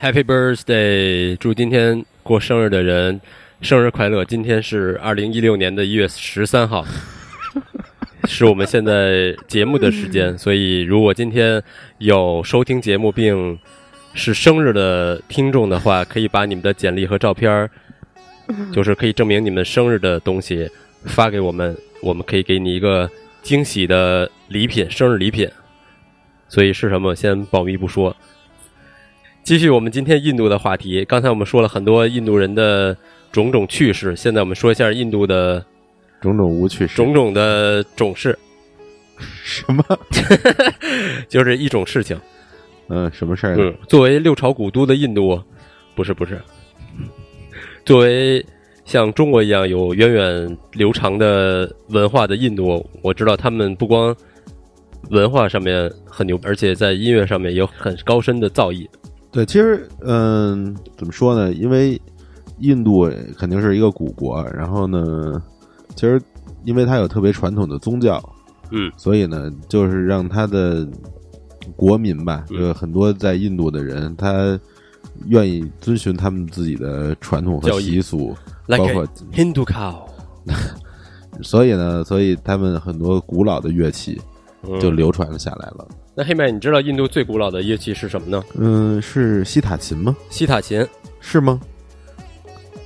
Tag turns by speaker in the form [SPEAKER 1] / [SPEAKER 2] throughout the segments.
[SPEAKER 1] Happy Birthday！祝今天过生日的人生日快乐！今天是二零一六年的一月十三号，是我们现在节目的时间。所以，如果今天有收听节目并是生日的听众的话，可以把你们的简历和照片儿，就是可以证明你们生日的东西发给我们，我们可以给你一个惊喜的礼品，生日礼品。所以是什么，先保密不说。继续我们今天印度的话题。刚才我们说了很多印度人的种种趣事，现在我们说一下印度的
[SPEAKER 2] 种种无趣事，
[SPEAKER 1] 种种的种事，
[SPEAKER 2] 什么？
[SPEAKER 1] 就是一种事情。
[SPEAKER 2] 嗯，什么事儿呢？
[SPEAKER 1] 嗯，作为六朝古都的印度，不是不是，作为像中国一样有源远流长的文化的印度，我知道他们不光文化上面很牛，而且在音乐上面也有很高深的造诣。
[SPEAKER 2] 对，其实嗯，怎么说呢？因为印度肯定是一个古国，然后呢，其实因为它有特别传统的宗教，
[SPEAKER 1] 嗯，
[SPEAKER 2] 所以呢，就是让它的国民吧，
[SPEAKER 1] 嗯
[SPEAKER 2] 有很多在印度的人，他愿意遵循他们自己的传统和
[SPEAKER 1] 教义
[SPEAKER 2] 习俗，
[SPEAKER 1] Like
[SPEAKER 2] 包括
[SPEAKER 1] a Hindu cow，
[SPEAKER 2] 所以呢，所以他们很多古老的乐器就
[SPEAKER 1] 嗯
[SPEAKER 2] 流传了下来了。
[SPEAKER 1] 那黑妹，你知道印度最古老的乐器是什么呢？
[SPEAKER 2] 嗯，是西塔琴吗？
[SPEAKER 1] 西塔琴，
[SPEAKER 2] 是吗？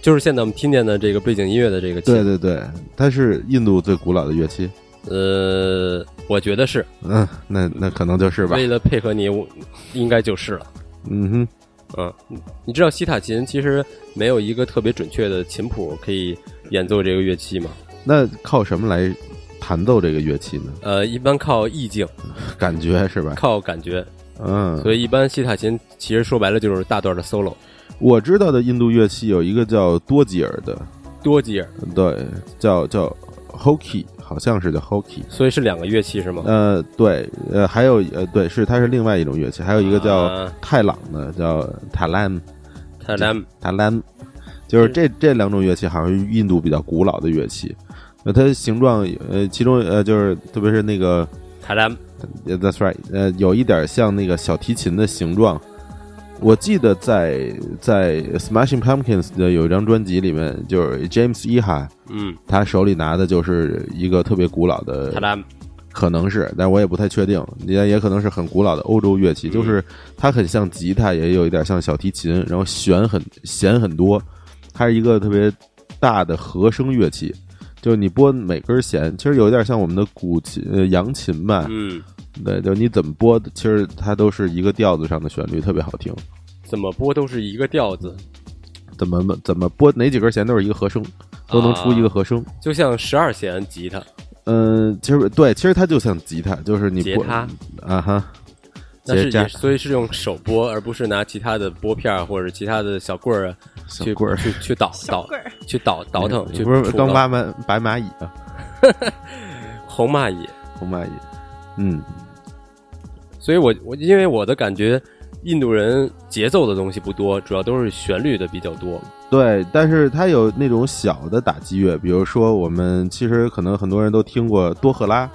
[SPEAKER 1] 就是现在我们听见的这个背景音乐的这个琴。
[SPEAKER 2] 对对对，它是印度最古老的乐器。
[SPEAKER 1] 呃，我觉得是
[SPEAKER 2] 嗯，那那可能就是吧
[SPEAKER 1] 为。了配合你，我应该就是了。
[SPEAKER 2] 嗯哼，
[SPEAKER 1] 嗯，你知道西塔琴其实没有一个特别准确的琴谱可以演奏这个乐器吗？
[SPEAKER 2] 那靠什么来弹奏这个乐器呢？
[SPEAKER 1] 呃，一般靠意境，
[SPEAKER 2] 感觉是吧？
[SPEAKER 1] 靠感觉，
[SPEAKER 2] 嗯，
[SPEAKER 1] 所以一般西塔琴其实说白了就是大段的 solo，
[SPEAKER 2] 我知道的印度乐器有一个叫多吉尔的，
[SPEAKER 1] 多吉尔，
[SPEAKER 2] 对，叫叫 Hoki，好像是叫 Hoki。
[SPEAKER 1] 所以是两个乐器是吗？
[SPEAKER 2] 呃，对，呃，还有呃，对，是它是另外一种乐器，还有一个叫
[SPEAKER 1] 啊
[SPEAKER 2] 泰朗的，叫塔兰
[SPEAKER 1] 他俩
[SPEAKER 2] 塔兰，就是这这两种乐器好像是印度比较古老的乐器。呃，它形状，呃，其中呃，就是特别是那个
[SPEAKER 1] 他俩
[SPEAKER 2] 呃 That's right，呃，有一点像那个小提琴的形状。我记得在在 Smashing Pumpkins 的有一张专辑里面，就是 James Iha，
[SPEAKER 1] 嗯，
[SPEAKER 2] 他手里拿的就是一个特别古老的
[SPEAKER 1] 他，俩
[SPEAKER 2] 可能是，但我也不太确定，也也可能是很古老的欧洲乐
[SPEAKER 1] 嗯
[SPEAKER 2] 器，就是它很像吉他，也有一点像小提琴，然后弦很弦很多，它是一个特别大的和声乐器，就是你拨每根弦，其实有一点像我们的古琴、呃扬琴吧，
[SPEAKER 1] 嗯，
[SPEAKER 2] 对，就你怎么播，其实它都是一个调子上的旋律，特别好听。
[SPEAKER 1] 怎么播都是一个调子，
[SPEAKER 2] 怎么怎么播哪几根弦都是一个和声，
[SPEAKER 1] 啊
[SPEAKER 2] 都能出一个和声。
[SPEAKER 1] 就像十二弦吉他，
[SPEAKER 2] 嗯、其实对，其实它就像吉他，就是你
[SPEAKER 1] 吉
[SPEAKER 2] 拨
[SPEAKER 1] 他
[SPEAKER 2] 啊哈，
[SPEAKER 1] 但是
[SPEAKER 2] 结扎
[SPEAKER 1] 也所以是用手拨，而不是拿其他的拨片儿或者其他的小棍儿啊
[SPEAKER 2] 小
[SPEAKER 1] 去
[SPEAKER 2] 棍儿。
[SPEAKER 1] 去去捣
[SPEAKER 3] 小
[SPEAKER 1] 捣
[SPEAKER 3] 棍儿，
[SPEAKER 1] 去捣倒腾，
[SPEAKER 2] 你
[SPEAKER 1] 去
[SPEAKER 2] 不是
[SPEAKER 1] 杵
[SPEAKER 2] 刚
[SPEAKER 1] 捣
[SPEAKER 2] 挖完白蚂蚁啊，
[SPEAKER 1] 红蚂蚁。
[SPEAKER 2] 红蚂蚁。嗯，
[SPEAKER 1] 所以我我因为我的感觉，印度人节奏的东西不多，主要都是旋律的比较多。
[SPEAKER 2] 对，但是它有那种小的打击乐，比如说我们其实可能很多人都听过多赫拉，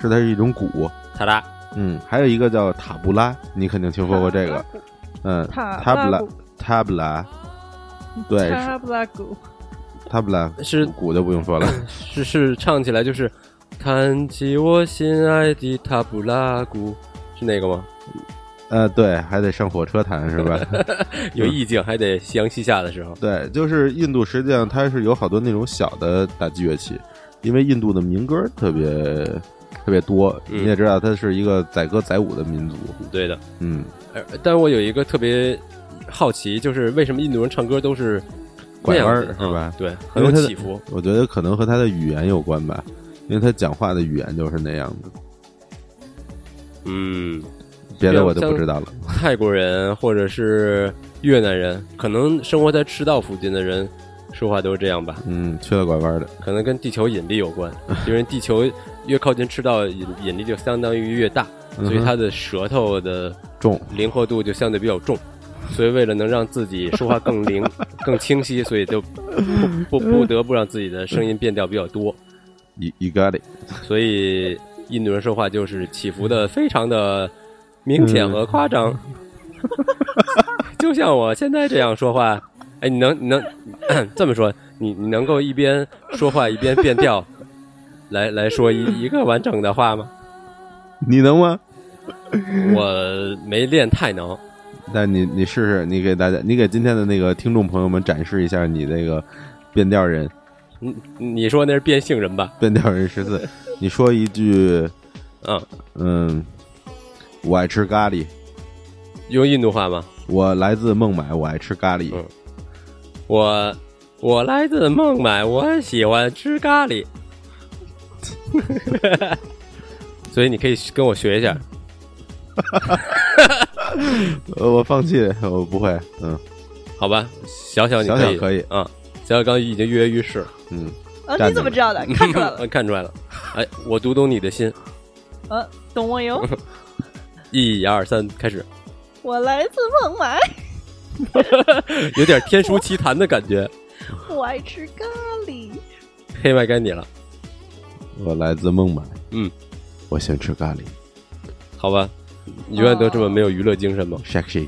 [SPEAKER 2] 是它是一种鼓。
[SPEAKER 1] 塔拉
[SPEAKER 2] 嗯，还有一个叫塔布拉，你肯定听说过这个。嗯，
[SPEAKER 3] 塔
[SPEAKER 2] 塔布拉
[SPEAKER 3] 拉古，
[SPEAKER 2] 塔布拉，对，是
[SPEAKER 3] 塔布拉古，
[SPEAKER 2] 塔布拉
[SPEAKER 1] 是
[SPEAKER 2] 鼓就不用说 了。
[SPEAKER 1] 是是唱起来就是，弹起我心爱的塔布拉鼓，是那个吗？
[SPEAKER 2] 呃，对，还得上火车弹是吧？
[SPEAKER 1] 有
[SPEAKER 2] 嗯
[SPEAKER 1] 意境，还得夕阳西下的时候。
[SPEAKER 2] 对，就是印度，实际上它是有好多那种小的打击乐器，因为印度的民歌特别特别多，
[SPEAKER 1] 嗯
[SPEAKER 2] 你也知道，它是一个载歌载舞的民族。
[SPEAKER 1] 对的，
[SPEAKER 2] 嗯，
[SPEAKER 1] 呃但我有一个特别好奇，就是为什么印度人唱歌都是
[SPEAKER 2] 拐弯儿
[SPEAKER 1] 那样子
[SPEAKER 2] 是吧
[SPEAKER 1] 嗯对，很
[SPEAKER 2] 因为
[SPEAKER 1] 有
[SPEAKER 2] 他的
[SPEAKER 1] 起伏。
[SPEAKER 2] 我觉得可能和他的语言有关吧，因为他讲话的语言就是那样子，
[SPEAKER 1] 嗯，
[SPEAKER 2] 别的我就
[SPEAKER 1] 像
[SPEAKER 2] 不知道了。
[SPEAKER 1] 泰国人或者是越南人，可能生活在赤道附近的人说话都是这样吧，
[SPEAKER 2] 嗯，缺了拐弯儿的。
[SPEAKER 1] 可能跟地球引力有关，因为地球越靠近赤道，引引力就相当于越大，
[SPEAKER 2] 嗯哼
[SPEAKER 1] 所以它的舌头的
[SPEAKER 2] 重，
[SPEAKER 1] 灵活度就相对比较重。所以，为了能让自己说话更 灵、更清晰，所以就不不不得不让自己的声音变调比较多。
[SPEAKER 2] you you got it。
[SPEAKER 1] 所以，印度人说话就是起伏的非常的明显和夸张。 就像我现在这样说话，哎，你能你能这么说，你你能够一边说话一边变调，来来说一一个完整的话吗？
[SPEAKER 2] 你能吗？
[SPEAKER 1] 我没练太能，
[SPEAKER 2] 但你你试试，你给大家，你给今天的那个听众朋友们展示一下你那个变调人，
[SPEAKER 1] 你你说那是变性人 吧？
[SPEAKER 2] 变调人十四，你说一句，
[SPEAKER 1] 嗯，
[SPEAKER 2] 嗯，我爱吃咖喱，
[SPEAKER 1] 用印度话吗？
[SPEAKER 2] 我来自孟买，我爱吃咖喱，
[SPEAKER 1] 嗯我我来自孟买，我喜欢吃咖喱， 所以你可以跟我学一下。
[SPEAKER 2] 呃，我放弃，我不会，嗯
[SPEAKER 1] 好吧，小小你可以，
[SPEAKER 2] 小小可以
[SPEAKER 1] 啊、小小刚已经跃跃欲试，
[SPEAKER 2] 嗯，
[SPEAKER 3] 呃、
[SPEAKER 2] 站
[SPEAKER 3] 你
[SPEAKER 2] 着
[SPEAKER 3] 怎么知道的？看出来了
[SPEAKER 1] 嗯，看出来了，哎，我读懂你的心，
[SPEAKER 3] 呃，懂我哟，
[SPEAKER 1] 一二三，开始，
[SPEAKER 3] 我来自孟买，
[SPEAKER 1] 有点天书奇谭的感觉，
[SPEAKER 3] 我爱吃咖喱，
[SPEAKER 1] 黑麦该你了，
[SPEAKER 2] 我来自孟买，
[SPEAKER 1] 嗯，
[SPEAKER 2] 我喜欢吃咖喱
[SPEAKER 1] 好吧，你永远都这么没有娱乐精神吗？
[SPEAKER 2] ，sexy。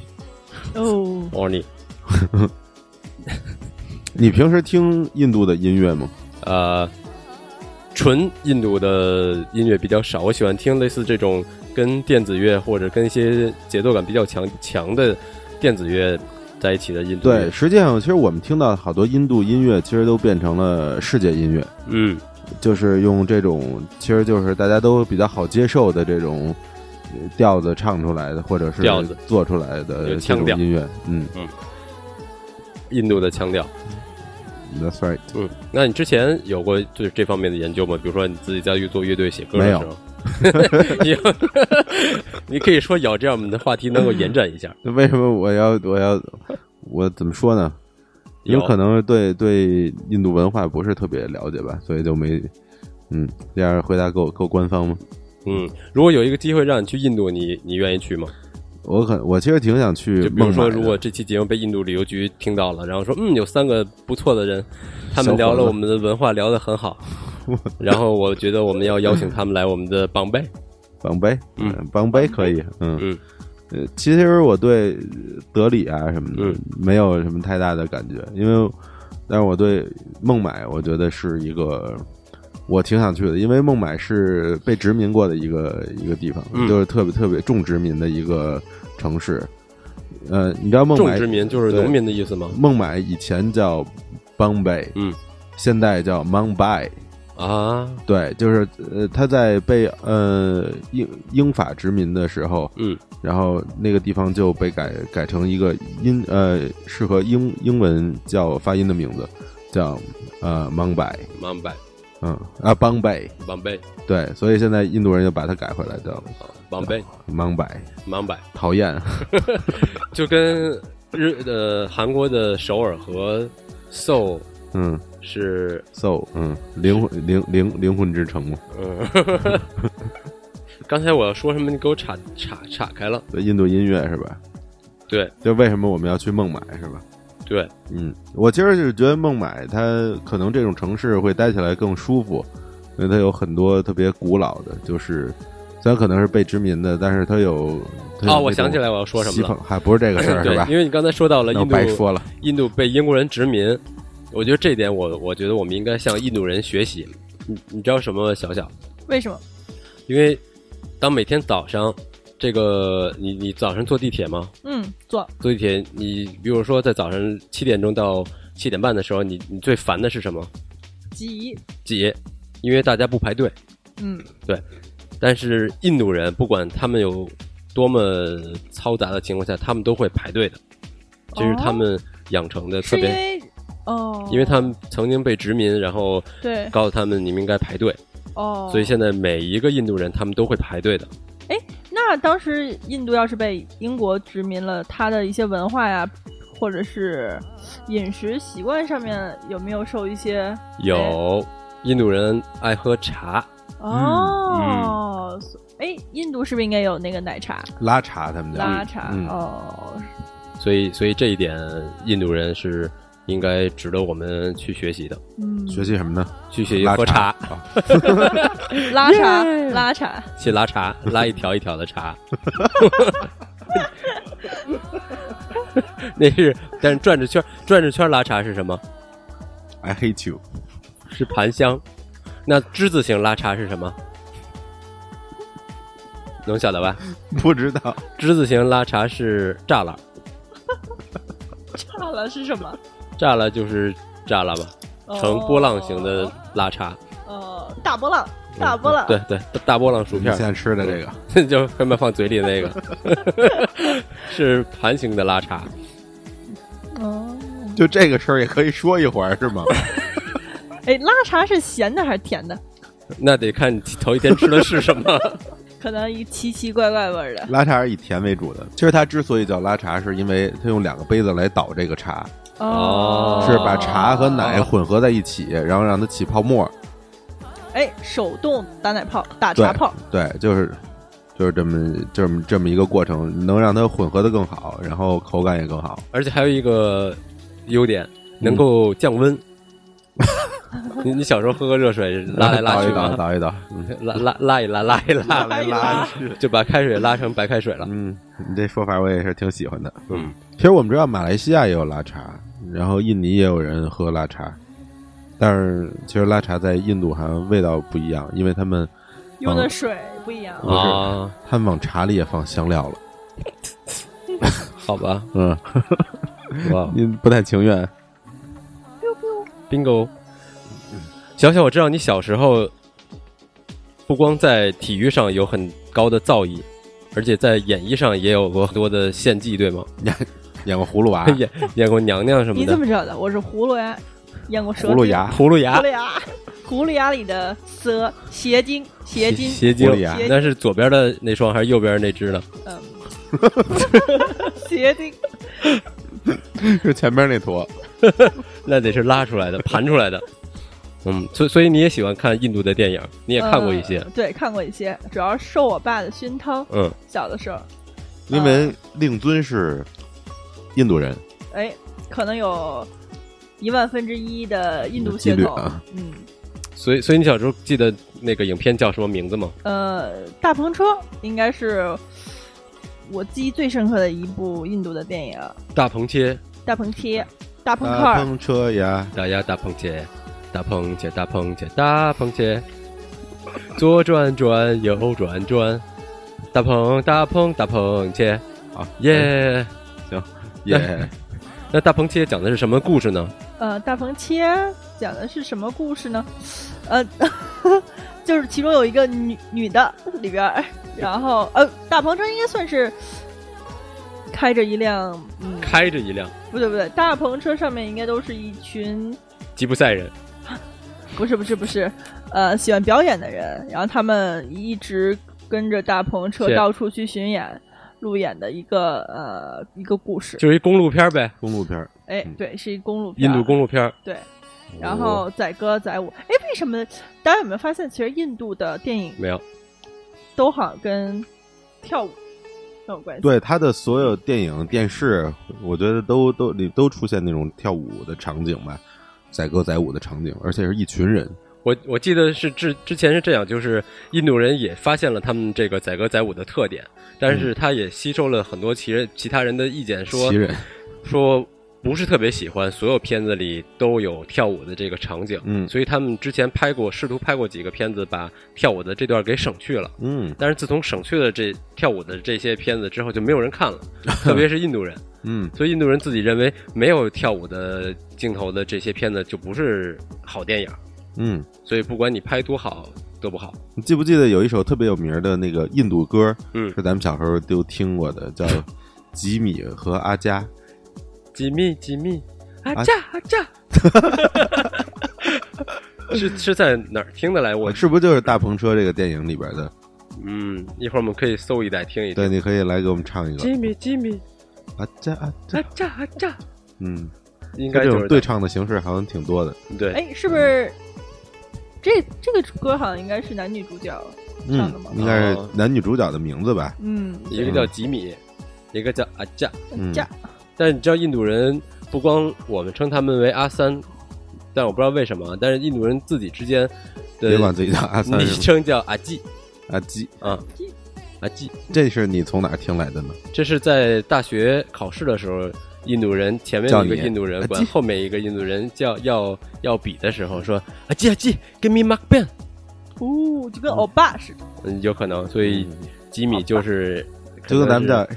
[SPEAKER 3] 哦，
[SPEAKER 1] 我说你，
[SPEAKER 2] 你平时听印度的音乐吗？
[SPEAKER 1] 呃，纯印度的音乐比较少，我喜欢听类似这种跟电子乐或者跟一些节奏感比较强强的电子乐在一起的印度乐
[SPEAKER 2] 对，，实际上其实我们听到好多印度音乐，其实都变成了世界音乐，
[SPEAKER 1] 嗯，
[SPEAKER 2] 就是用这种其实就是大家都比较好接受的这种呃调子唱出来的，或者是
[SPEAKER 1] 调子
[SPEAKER 2] 做出来
[SPEAKER 1] 有
[SPEAKER 2] 的这
[SPEAKER 1] 腔
[SPEAKER 2] 种
[SPEAKER 1] 调
[SPEAKER 2] 音乐。嗯
[SPEAKER 1] 印度的腔调。
[SPEAKER 2] ，That's right。
[SPEAKER 1] 嗯，那你之前有过就是这方面的研究吗？比如说你自己在做乐队写歌的
[SPEAKER 2] 没
[SPEAKER 1] 时
[SPEAKER 2] 有
[SPEAKER 1] 候， 你 你可以说有这样我们的话题能够延展一下，
[SPEAKER 2] 那为什么我要我要我怎么说呢？ 有可能对对印度文化不是特别了解吧，所以就没嗯，这样回答够够官方吗？
[SPEAKER 1] 嗯，如果有一个机会让你去印度，你你愿意去吗？
[SPEAKER 2] 我可我其实挺想去
[SPEAKER 1] 就比
[SPEAKER 2] 孟买的。
[SPEAKER 1] 如说，如果这期节目被印度旅游局听到了，然后说，嗯，有三个不错的人，他们聊
[SPEAKER 2] 小伙
[SPEAKER 1] 了
[SPEAKER 2] 子
[SPEAKER 1] 我们的文化，聊得很 好，然后我觉得我们要邀请他们来我们的邦贝，
[SPEAKER 2] 邦贝，
[SPEAKER 1] 嗯，
[SPEAKER 2] 邦贝可以， 嗯
[SPEAKER 1] 嗯，
[SPEAKER 2] 呃，其实我对呃德里啊什么的、
[SPEAKER 1] 嗯
[SPEAKER 2] 没有什么太大的感觉，因为，但是我对孟买，我觉得是一个我挺想去的，因为孟买是被殖民过的一个一个地方，
[SPEAKER 1] 嗯
[SPEAKER 2] 就是特别特别重殖民的一个城市。呃，你知道孟
[SPEAKER 1] 种
[SPEAKER 2] 买
[SPEAKER 1] 植民就是
[SPEAKER 2] 对
[SPEAKER 1] 农民的意思吗？
[SPEAKER 2] 孟买以前叫邦贝，
[SPEAKER 1] 嗯，
[SPEAKER 2] 现在叫 Mumbai。
[SPEAKER 1] 啊，
[SPEAKER 2] 对，就是呃，他在被呃英英法殖民的时候，
[SPEAKER 1] 嗯，
[SPEAKER 2] 然后那个地方就被改改成一个英呃适合英英文叫发音的名字，叫呃邦拜，
[SPEAKER 1] 邦贝，
[SPEAKER 2] 嗯啊邦贝，
[SPEAKER 1] 邦贝，
[SPEAKER 2] 对，所以现在印度人就把它改回来叫
[SPEAKER 1] 邦贝，
[SPEAKER 2] 邦拜，
[SPEAKER 1] 邦贝。
[SPEAKER 2] 讨厌，
[SPEAKER 1] 就跟日呃韩国的首尔和 Seoul
[SPEAKER 2] 嗯
[SPEAKER 1] 是
[SPEAKER 2] ，so 嗯灵魂灵灵灵魂之城嘛，
[SPEAKER 1] 嗯， 刚才我要说什么，你给我岔岔岔开了。
[SPEAKER 2] 对印度音乐是吧？
[SPEAKER 1] 对
[SPEAKER 2] 就为什么我们要去孟买是吧？
[SPEAKER 1] 对，
[SPEAKER 2] 嗯，我其实是觉得孟买它可能这种城市会待起来更舒服，因为它有很多特别古老的，就是虽然可能是被殖民的，但是它有它有
[SPEAKER 1] 哦，我想起
[SPEAKER 2] 来
[SPEAKER 1] 来我要说什
[SPEAKER 2] 西
[SPEAKER 1] 么
[SPEAKER 2] 方
[SPEAKER 1] 了。
[SPEAKER 2] 还不是 这个事儿是
[SPEAKER 1] 对
[SPEAKER 2] 吧，
[SPEAKER 1] 因？为你刚才说到了
[SPEAKER 2] 那我
[SPEAKER 1] 印
[SPEAKER 2] 白
[SPEAKER 1] 度，
[SPEAKER 2] 说了，
[SPEAKER 1] 印度被英国人殖民，我觉得这一点我我觉得我们应该向印度人学习。你你知道什么吗，小小？
[SPEAKER 3] 为什么？
[SPEAKER 1] 因为当每天早上，这个你你早上坐地铁吗？
[SPEAKER 3] 嗯，做
[SPEAKER 1] 坐地铁，你比如说在早上七点钟到七点半的时候，你你最烦的是什么？
[SPEAKER 3] 鸡，
[SPEAKER 1] 挤，因为大家不排队。
[SPEAKER 3] 嗯，
[SPEAKER 1] 但是印度人不管他们有多么嘈杂的情况下，他们都会排队的，这是
[SPEAKER 3] 哦
[SPEAKER 1] 他们养成的特
[SPEAKER 3] 是因
[SPEAKER 1] 别，
[SPEAKER 3] 为哦，
[SPEAKER 1] 因为他们曾经被殖民，然后
[SPEAKER 3] 对
[SPEAKER 1] 告诉他们你们应该排队，
[SPEAKER 3] 哦，
[SPEAKER 1] 所以现在每一个印度人他们都会排队的。
[SPEAKER 3] 那当时印度要是被英国殖民了，它的一些文化呀，或者是饮食习惯上面有没有受一些
[SPEAKER 1] 有印度人爱喝茶，
[SPEAKER 3] 哦？所哎，印度是不是应该有那个奶茶、
[SPEAKER 2] 拉茶他们叫
[SPEAKER 3] 拉茶？
[SPEAKER 2] 嗯
[SPEAKER 3] 哦，
[SPEAKER 1] 所以所以这一点印度人是应该值得我们去学习的，
[SPEAKER 3] 嗯，
[SPEAKER 2] 学习什么呢？
[SPEAKER 1] 去学习
[SPEAKER 2] 拉
[SPEAKER 1] 喝
[SPEAKER 2] 茶
[SPEAKER 1] 茶，
[SPEAKER 2] 啊
[SPEAKER 3] 拉茶，拉茶，
[SPEAKER 1] 去拉茶，拉一条一条的茶。那是，但是转着圈转着圈拉茶是什么？
[SPEAKER 2] I hate you，
[SPEAKER 1] 是盘香。那之字形拉茶是什么？能晓得吧？
[SPEAKER 2] 不知道
[SPEAKER 1] 之字形拉茶是栅栏，
[SPEAKER 3] 差了是什么？
[SPEAKER 1] 栅栏就是栅栏吧，呈波浪形的
[SPEAKER 3] 哦，
[SPEAKER 1] 拉茶。
[SPEAKER 3] 呃，大波浪，大波浪，
[SPEAKER 1] 对对，大波浪薯
[SPEAKER 2] 你现
[SPEAKER 1] 片，
[SPEAKER 2] 在吃的这 个，
[SPEAKER 1] 就根本放嘴里那个， 是盘形的拉茶。
[SPEAKER 3] 哦，
[SPEAKER 2] 就这个事儿也可以说一会儿 是吗？
[SPEAKER 3] 哎，拉茶是咸的还是甜的？
[SPEAKER 1] 那得看你头一天吃的是什么。
[SPEAKER 3] 可能一奇奇怪怪味儿的。
[SPEAKER 2] 拉茶是以甜为主的，其实它之所以叫拉茶，是因为它用两个杯子来倒这个茶，
[SPEAKER 1] 哦
[SPEAKER 2] 是把茶和奶。混合在一起，然后让它起泡沫。
[SPEAKER 3] 哎，手动打奶泡，打茶泡。
[SPEAKER 1] 嗯
[SPEAKER 2] 对，就是就是这么这么这么一个过程，能让它混合的更好，然后口感也更好。
[SPEAKER 1] 而且还有一个优点，能够降温。你你小时候喝个热水拉来拉
[SPEAKER 2] 倒
[SPEAKER 1] 去
[SPEAKER 2] 一倒，
[SPEAKER 1] 嘛，
[SPEAKER 2] 倒一倒，
[SPEAKER 1] 拉拉拉一拉拉一拉，
[SPEAKER 3] 来拉
[SPEAKER 2] 去。
[SPEAKER 1] 就把开水拉成白开水了。
[SPEAKER 2] 嗯，你这说法我也是挺喜欢的。
[SPEAKER 1] 嗯，
[SPEAKER 2] 其实我们知道马来西亚也有拉茶，然后印尼也有人喝拉茶，但是其实拉茶在印度好像味道不一样，因为他们
[SPEAKER 3] 用的水不一样。
[SPEAKER 2] 不是
[SPEAKER 1] 啊，
[SPEAKER 2] 他们往茶里也放香料了。
[SPEAKER 1] 好吧，
[SPEAKER 2] 嗯，
[SPEAKER 1] 哇
[SPEAKER 2] 您不太情愿。
[SPEAKER 1] ，bingo。小小，我知道你小时候不光在体育上有很高的造诣，而且在演艺上也有过很多的献祭，对吗？，
[SPEAKER 2] 演演过葫芦娃
[SPEAKER 1] 演演过娘娘什么
[SPEAKER 3] 你怎
[SPEAKER 1] 的，
[SPEAKER 3] 么知道的？我是葫芦牙，验过舌。
[SPEAKER 2] 葫芦，牙，
[SPEAKER 1] 葫芦牙
[SPEAKER 3] 葫芦，牙，葫芦牙里的蛇斜精，斜精，
[SPEAKER 1] 斜
[SPEAKER 2] 葫芦
[SPEAKER 1] 精
[SPEAKER 2] 牙，
[SPEAKER 1] 那是左边的那双还是右边那只呢？
[SPEAKER 3] 嗯， 斜精。
[SPEAKER 2] 是前面那坨。
[SPEAKER 1] 那得是拉出来的，盘出来的。嗯，所以所以你也喜欢看印度的电影，你也看过一些
[SPEAKER 3] 呃，对，看过一些，主要是受我爸的熏陶。
[SPEAKER 1] 嗯，
[SPEAKER 3] 小的时候，
[SPEAKER 2] 因为令尊是印度人，
[SPEAKER 3] 哎，可能有一万分之一的印度
[SPEAKER 2] 几
[SPEAKER 3] 血
[SPEAKER 2] 率
[SPEAKER 3] 统。
[SPEAKER 2] 啊
[SPEAKER 3] 嗯，
[SPEAKER 1] 所以所以你小时候记得那个影片叫什么名字吗？
[SPEAKER 3] 呃，大篷车应该是我记忆最深刻的一部印度的电影，《
[SPEAKER 1] 大鹏切，
[SPEAKER 3] 大篷贴》。大篷克
[SPEAKER 2] 大
[SPEAKER 3] 尔，
[SPEAKER 2] 篷啊车 呀，
[SPEAKER 1] 大呀大鹏切，大鹏切大鹏切大鹏切，左转转右转转，大鹏大鹏大鹏切，
[SPEAKER 2] 啊
[SPEAKER 1] 耶！
[SPEAKER 2] 耶，
[SPEAKER 1] 那大鹏切讲的是什么故事呢？
[SPEAKER 3] 呃，大鹏切讲的是什么故事呢？呃， 就是其中有一个女女的里边儿，然后呃，大鹏车应该算是开着一辆，嗯，
[SPEAKER 1] 开着一辆
[SPEAKER 3] 不对不对，大鹏车上面应该都是一群，
[SPEAKER 1] 吉普赛人，
[SPEAKER 3] 不是不是不是，呃，喜欢表演的人，然后他们一直跟着大鹏车
[SPEAKER 1] 是
[SPEAKER 3] 到处去巡演。路演的一个呃一个故事，
[SPEAKER 1] 就是一公路片呗，
[SPEAKER 2] 公路片儿
[SPEAKER 3] 哎
[SPEAKER 2] 嗯，
[SPEAKER 3] 对，是一公路
[SPEAKER 1] 印
[SPEAKER 3] 片儿，
[SPEAKER 1] 度公路哦片。
[SPEAKER 3] 对，然
[SPEAKER 2] 哦
[SPEAKER 3] 后载歌载舞。哎，为什么大家有没有发现，其实印度的电影
[SPEAKER 1] 没有，
[SPEAKER 3] 都好像跟跳舞很有关系？
[SPEAKER 2] 对他的所有电影、电视，我觉得都都里都出现那种跳舞的场景吧，载歌载舞的场景，而且是一群人。
[SPEAKER 1] 我我记得是之之前是这样，就是印度人也发现了他们这个载歌载舞的特点，但是他也吸收了很多其人其他人的意见，说
[SPEAKER 2] 奇人，
[SPEAKER 1] 说不是特别喜欢所有片子里都有跳舞的这个场景，
[SPEAKER 2] 嗯
[SPEAKER 1] 所以他们之前拍过试图拍过几个片子，把跳舞的这段给省去了。
[SPEAKER 2] 嗯
[SPEAKER 1] 但是自从省去了这跳舞的这些片子之后，就没有人看了，特别是印度人。
[SPEAKER 2] 嗯，
[SPEAKER 1] 所以印度人自己认为没有跳舞的镜头的这些片子就不是好电影，
[SPEAKER 2] 嗯，
[SPEAKER 1] 所以不管你拍多好都不好。
[SPEAKER 2] 你记不记得有一首特别有名的那个印度歌，
[SPEAKER 1] 嗯
[SPEAKER 2] 是，咱们小时候都听过的，叫《吉米和阿佳》。
[SPEAKER 1] 吉米吉米，啊
[SPEAKER 2] 啊
[SPEAKER 1] 炸啊炸， 是是在哪儿听的来？我
[SPEAKER 2] 啊是不是就是大篷车这个电影里边的？
[SPEAKER 1] 嗯，一会儿我们可以搜一带听一听。
[SPEAKER 2] 对，你可以来给我们唱一个
[SPEAKER 1] 吉米吉米
[SPEAKER 2] 阿佳阿
[SPEAKER 1] 啊
[SPEAKER 2] 佳。
[SPEAKER 1] 炸啊炸，
[SPEAKER 2] 嗯，
[SPEAKER 1] 应
[SPEAKER 2] 就
[SPEAKER 1] 该
[SPEAKER 2] 这
[SPEAKER 1] 就
[SPEAKER 2] 种
[SPEAKER 1] 是
[SPEAKER 2] 对唱的形式好像挺多的。
[SPEAKER 1] 对。
[SPEAKER 3] 哎，是不是这这个歌好像应该是男女主角唱
[SPEAKER 2] 嗯
[SPEAKER 3] 的吗，？
[SPEAKER 2] 应该是男女主角的名字吧？
[SPEAKER 3] 嗯，
[SPEAKER 1] 一个叫吉米，一个叫阿加。
[SPEAKER 2] 嗯
[SPEAKER 3] 这样
[SPEAKER 1] 但是你知道印度人不光我们称他们为阿三，但我不知道为什么啊，但是印度人自己之间
[SPEAKER 2] 别管
[SPEAKER 1] 的
[SPEAKER 2] 自己叫阿三
[SPEAKER 1] 昵
[SPEAKER 2] 是吧
[SPEAKER 1] 称叫阿季
[SPEAKER 2] 阿基。
[SPEAKER 1] 啊
[SPEAKER 3] 基。
[SPEAKER 1] 啊，记
[SPEAKER 2] 这是你从哪儿听来的呢？
[SPEAKER 1] 这是在大学考试的时候，印度人前面有一个
[SPEAKER 2] 叫你
[SPEAKER 1] 印度人
[SPEAKER 2] 啊
[SPEAKER 1] 管
[SPEAKER 2] 记
[SPEAKER 1] 后面一个印度人叫要要比的时候说啊记啊记，give me mark pen，
[SPEAKER 3] 哦，就跟欧巴似的。
[SPEAKER 1] 嗯，有可能，所以
[SPEAKER 2] 嗯
[SPEAKER 1] 吉米就是
[SPEAKER 2] 就跟咱们这儿，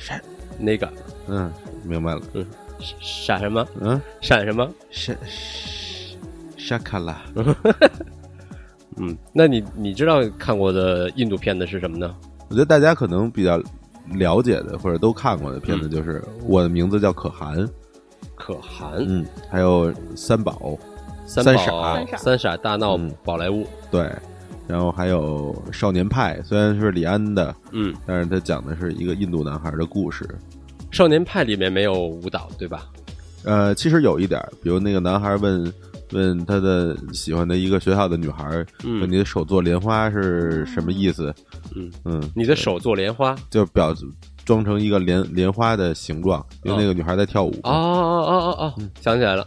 [SPEAKER 1] 那个
[SPEAKER 2] 嗯，明白了，
[SPEAKER 1] 闪什么
[SPEAKER 2] 嗯，
[SPEAKER 1] 闪什么，
[SPEAKER 2] 沙沙卡拉，
[SPEAKER 1] 嗯，那你你知道看过的印度片子是什么呢？
[SPEAKER 2] 我觉得大家可能比较了解的或者都看过的片子就是《我的名字叫可汗》，
[SPEAKER 1] 可汗、
[SPEAKER 2] 嗯，还有《三宝》，
[SPEAKER 1] 三
[SPEAKER 2] 三
[SPEAKER 1] 宝
[SPEAKER 3] 傻
[SPEAKER 1] 三傻大闹
[SPEAKER 2] 嗯
[SPEAKER 1] 宝莱坞，
[SPEAKER 2] 对，然后还有《少年派》，虽然是李安的，
[SPEAKER 1] 嗯，
[SPEAKER 2] 但是他讲的是一个印度男孩的故事。
[SPEAKER 1] 少年派里面没有舞蹈对吧？
[SPEAKER 2] 呃，其实有一点儿，比如那个男孩问问他的喜欢的一个学校的女孩，
[SPEAKER 1] 嗯
[SPEAKER 2] 问你的手做莲花是什么意思？
[SPEAKER 1] 嗯
[SPEAKER 2] 嗯，
[SPEAKER 1] 你的手做莲花，
[SPEAKER 2] 就表装成一个莲莲花的形状，因
[SPEAKER 1] 哦
[SPEAKER 2] 为那个女孩在跳舞。
[SPEAKER 1] 哦哦哦哦
[SPEAKER 2] 嗯
[SPEAKER 1] 哦，想起来 了。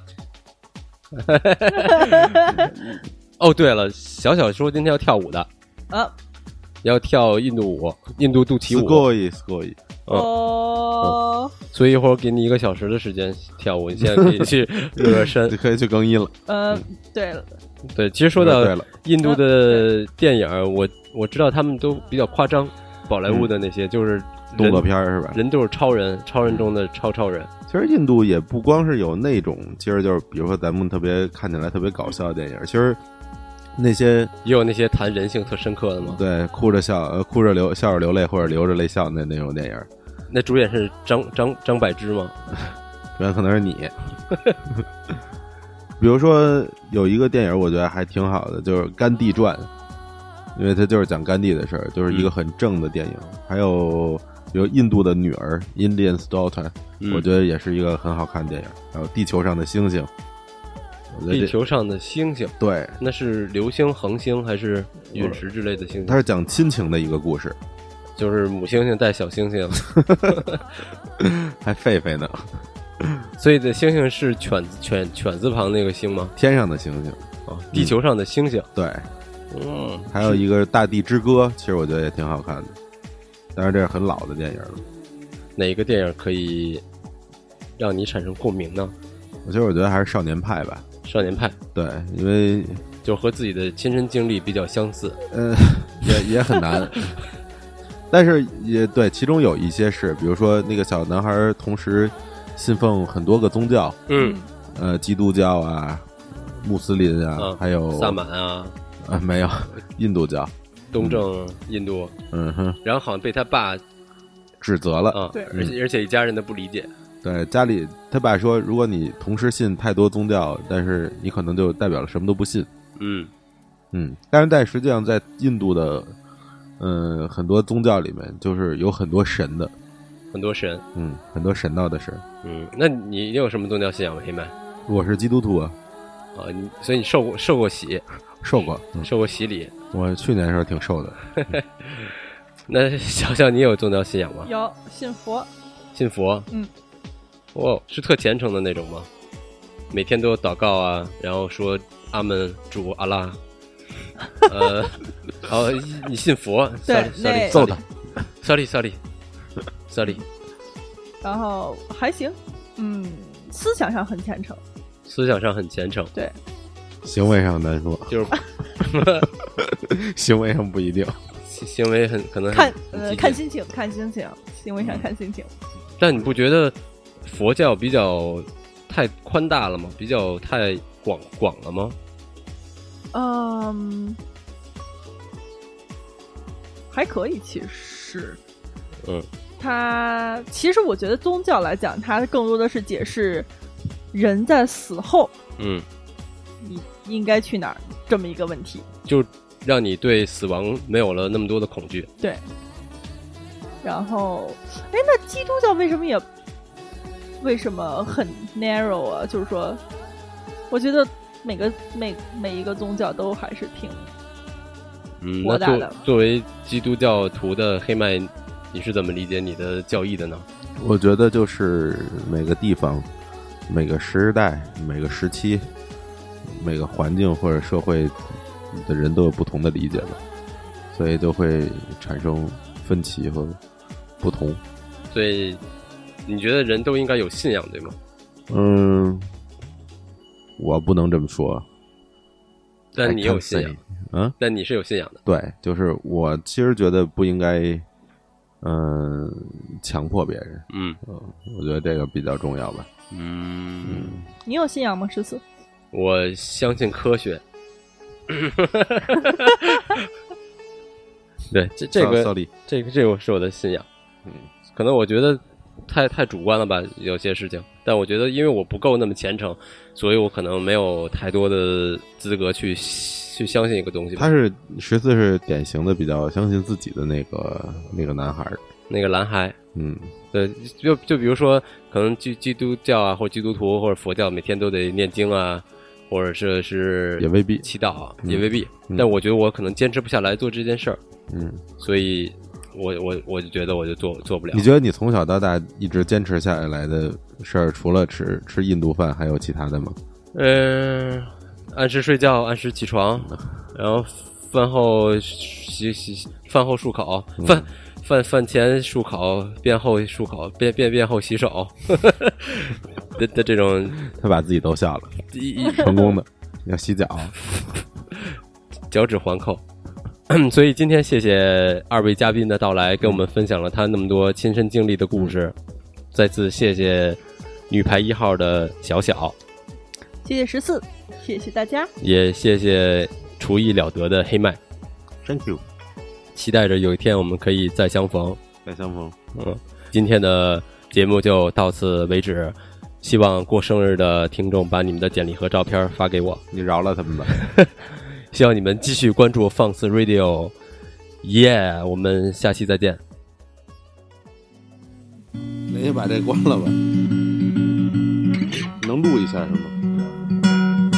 [SPEAKER 1] 哦，对了，小小说今天要跳舞的，
[SPEAKER 3] 啊，
[SPEAKER 1] 要跳印度舞，印度肚
[SPEAKER 2] 提
[SPEAKER 1] 脐
[SPEAKER 2] 舞
[SPEAKER 1] 舞，
[SPEAKER 2] ，scoy scoy，
[SPEAKER 3] 呃哦，
[SPEAKER 1] 所以一会儿给你一个小时的时间跳舞，你现在可以 去热热身
[SPEAKER 2] 就。可以去更衣了。
[SPEAKER 3] 呃，对了，
[SPEAKER 1] 对，其实说到
[SPEAKER 2] 对了，
[SPEAKER 1] 印度的电影儿，我我知道他们都比较夸张，宝莱坞的那些就是
[SPEAKER 2] 嗯动作
[SPEAKER 1] 人，
[SPEAKER 2] 片嗯儿是吧？
[SPEAKER 1] 人都是超人，超人中的超超人。
[SPEAKER 2] 其实印度也不光是有那种，其实就是比如说咱们特别看起来特别搞笑的电影，其实那些
[SPEAKER 1] 也有那些谈人性特深刻的嘛。
[SPEAKER 2] 对哭着笑、呃哭着流、笑着流泪或者流着泪笑的那种电影，
[SPEAKER 1] 那主演是张张张柏芝吗？
[SPEAKER 2] 主要可能是你。比如说有一个电影，我觉得还挺好的，就是《甘地传》，因为它就是讲甘地的事儿，就是
[SPEAKER 1] 嗯
[SPEAKER 2] 一个很正的电影。还有比如《印度的女儿》（Indian's Daughter），、
[SPEAKER 1] 嗯
[SPEAKER 2] 我觉得也是一个很好看的电影。还有《地球上的星星》，我觉得
[SPEAKER 1] 地
[SPEAKER 2] 这
[SPEAKER 1] 球上的星星，
[SPEAKER 2] 对，
[SPEAKER 1] 那是流星、恒星还是陨石之类的星
[SPEAKER 2] 它
[SPEAKER 1] 星？
[SPEAKER 2] 是讲亲情的一个故事，
[SPEAKER 1] 就是母猩猩带小猩猩，
[SPEAKER 2] 还狒狒呢，
[SPEAKER 1] 所以的猩猩是犬字犬犬字旁那个星吗？
[SPEAKER 2] 天上的星星。
[SPEAKER 1] 啊，地球上的星星。
[SPEAKER 2] 对，
[SPEAKER 1] 嗯，
[SPEAKER 2] 还有一个《大地之歌》，其实我觉得也挺好看的，但是这是很老的电影了。
[SPEAKER 1] 哪个电影可以让你产生共鸣呢？
[SPEAKER 2] 我其实我觉得还是少年派吧。
[SPEAKER 1] 少年派
[SPEAKER 2] 对，因为
[SPEAKER 1] 就和自己的亲身经历比较相似。
[SPEAKER 2] 呃也也 很难，但是也对，其中有一些是，比如说那个小男孩儿同时信奉很多个宗教，
[SPEAKER 1] 嗯，
[SPEAKER 2] 呃，基督教啊、穆斯林啊，
[SPEAKER 1] 啊
[SPEAKER 2] 还有
[SPEAKER 1] 萨满啊，
[SPEAKER 2] 呃没有印度教，
[SPEAKER 1] 东正、印度，
[SPEAKER 2] 嗯哼，
[SPEAKER 1] 然后好像被他爸
[SPEAKER 2] 指责了。
[SPEAKER 1] 啊，
[SPEAKER 3] 对
[SPEAKER 1] 而且而且一家人的不理解，
[SPEAKER 2] 对，家里他爸说，如果你同时信太多宗教，但是你可能就代表了什么都不信。
[SPEAKER 1] 嗯，
[SPEAKER 2] 嗯，但是在实际上，在印度的，嗯、很多宗教里面，就是有很多神的，
[SPEAKER 1] 很多神，
[SPEAKER 2] 嗯，很多神道的神。
[SPEAKER 1] 嗯，那你有什么宗教信仰吗？黑麦
[SPEAKER 2] 我是基督徒啊，
[SPEAKER 1] 啊，你所以你受过受过 洗，
[SPEAKER 2] 瘦过，嗯，
[SPEAKER 1] 受过洗礼。
[SPEAKER 2] 我去年的时候挺瘦的，
[SPEAKER 1] 那小小，你有宗教信仰吗？
[SPEAKER 3] 嗯有信佛，
[SPEAKER 1] 信佛？
[SPEAKER 3] 嗯，
[SPEAKER 1] 哦，是特虔诚的那种吗？每天都有祷告啊，然后说阿门，主阿拉。呃，哦，你信佛？
[SPEAKER 3] 对
[SPEAKER 1] sorry，
[SPEAKER 3] 那
[SPEAKER 1] sorry，
[SPEAKER 2] 揍他
[SPEAKER 1] sorry sorry sorry，
[SPEAKER 3] 然后还行，嗯，思想上很虔诚，
[SPEAKER 1] 思想上很虔诚，
[SPEAKER 3] 对，
[SPEAKER 2] 行为上难 说，
[SPEAKER 1] 就是
[SPEAKER 2] 行为上不一定。
[SPEAKER 1] 行行为很可能很
[SPEAKER 3] 看
[SPEAKER 1] 很
[SPEAKER 3] 呃
[SPEAKER 1] 积极嗯
[SPEAKER 3] 看心情，看心情，行为上看心情，
[SPEAKER 1] 但你不觉得佛教比较太宽大了吗？比较太广广了吗？
[SPEAKER 3] 嗯，还可以，其实
[SPEAKER 1] 嗯，
[SPEAKER 3] 它其实我觉得宗教来讲，它更多的是解释人在死后
[SPEAKER 1] 嗯，
[SPEAKER 3] 你应该去哪儿这么一个问题。
[SPEAKER 1] 就让你对死亡没有了那么多的恐惧。
[SPEAKER 3] 对。然后，哎，那基督教为什么也为什么很 narrow 啊？就是说，我觉得每个每每一个宗教都还是挺
[SPEAKER 1] 嗯，
[SPEAKER 3] 博
[SPEAKER 1] 那
[SPEAKER 3] 大
[SPEAKER 1] 作
[SPEAKER 3] 的
[SPEAKER 1] 作为基督教徒的黑麦，你是怎么理解你的教义的呢？
[SPEAKER 2] 我觉得就是每个地方、每个时代、每个时期、每个环境或者社会的人都有不同的理解吧，所以就会产生分歧和不同。
[SPEAKER 1] 所以你觉得人都应该有信仰，对吗？
[SPEAKER 2] 嗯，我不能这么说。
[SPEAKER 1] 但你
[SPEAKER 2] I can't
[SPEAKER 1] 有信
[SPEAKER 2] say
[SPEAKER 1] 仰，
[SPEAKER 2] 嗯，
[SPEAKER 1] 但你是有信仰的。
[SPEAKER 2] 对，就是我其实觉得不应该，嗯、强迫别人。
[SPEAKER 1] 嗯
[SPEAKER 2] 我觉得这个比较重要吧。
[SPEAKER 1] 嗯，
[SPEAKER 3] 你有信仰吗？十四，
[SPEAKER 1] 我相信科学。 对，这这个
[SPEAKER 2] sorry，
[SPEAKER 1] 这个这个是我的信仰。
[SPEAKER 2] 嗯，
[SPEAKER 1] 可能我觉得太太主观了吧，有些事情。但我觉得，因为我不够那么虔诚，所以我可能没有太多的资格去去相信一个东西吧。
[SPEAKER 2] 他是十四是典型的比较相信自己的那个那个男孩儿。
[SPEAKER 1] 那个蓝孩，
[SPEAKER 2] 嗯，
[SPEAKER 1] 对，就就比如说，可能基基督教啊，或者基督徒或者佛教，每天都得念经啊，或者是是
[SPEAKER 2] 也未必。
[SPEAKER 1] 祈祷啊，
[SPEAKER 2] 嗯
[SPEAKER 1] 也未必。
[SPEAKER 2] 嗯
[SPEAKER 1] 但我觉得我可能坚持不下来做这件事儿，
[SPEAKER 2] 嗯，
[SPEAKER 1] 所以我我我就觉得我就做做不了
[SPEAKER 2] 你。觉得你从小到大一直坚持下来的事儿，除了吃吃印度饭，还有其他的吗？
[SPEAKER 1] 嗯、按时睡觉，按时起床，然后饭后洗洗，饭后漱口，饭饭饭前漱口，便后漱口，便便便后洗手， 的的这种
[SPEAKER 2] 他把自己逗笑了，
[SPEAKER 1] 一一
[SPEAKER 2] 成 功的。要洗脚，
[SPEAKER 1] 脚趾环扣。 所以今天谢谢二位嘉宾的到来，跟我们分享了他那么多亲身经历的故事。再次谢谢女排一号的小小，
[SPEAKER 3] 谢谢十四，谢谢大家。
[SPEAKER 1] 也谢谢厨艺了得的黑麦。
[SPEAKER 2] Thank you，
[SPEAKER 1] 期待着有一天我们可以再相逢。
[SPEAKER 2] 戴相峰，
[SPEAKER 1] 嗯，今天的节目就到此为止。希望过生日的听众把你们的简历和照片发给我。
[SPEAKER 2] 你饶了他们吧。
[SPEAKER 1] 希望你们继续关注放肆 Radio，耶我们下期再见。
[SPEAKER 2] 那先把这关了吧。能录一下是吗？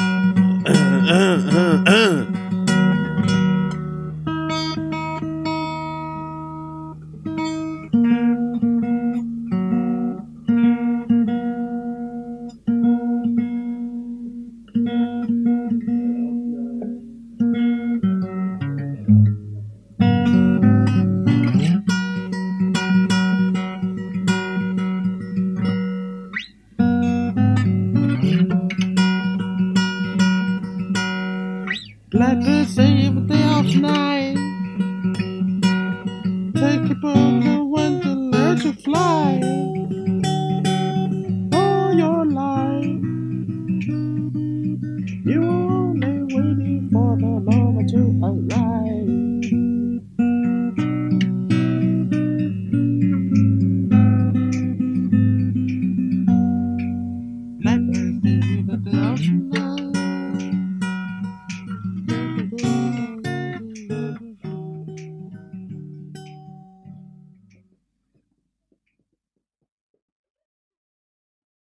[SPEAKER 4] Blackbird sing the off night. Take a book and want to let you fly.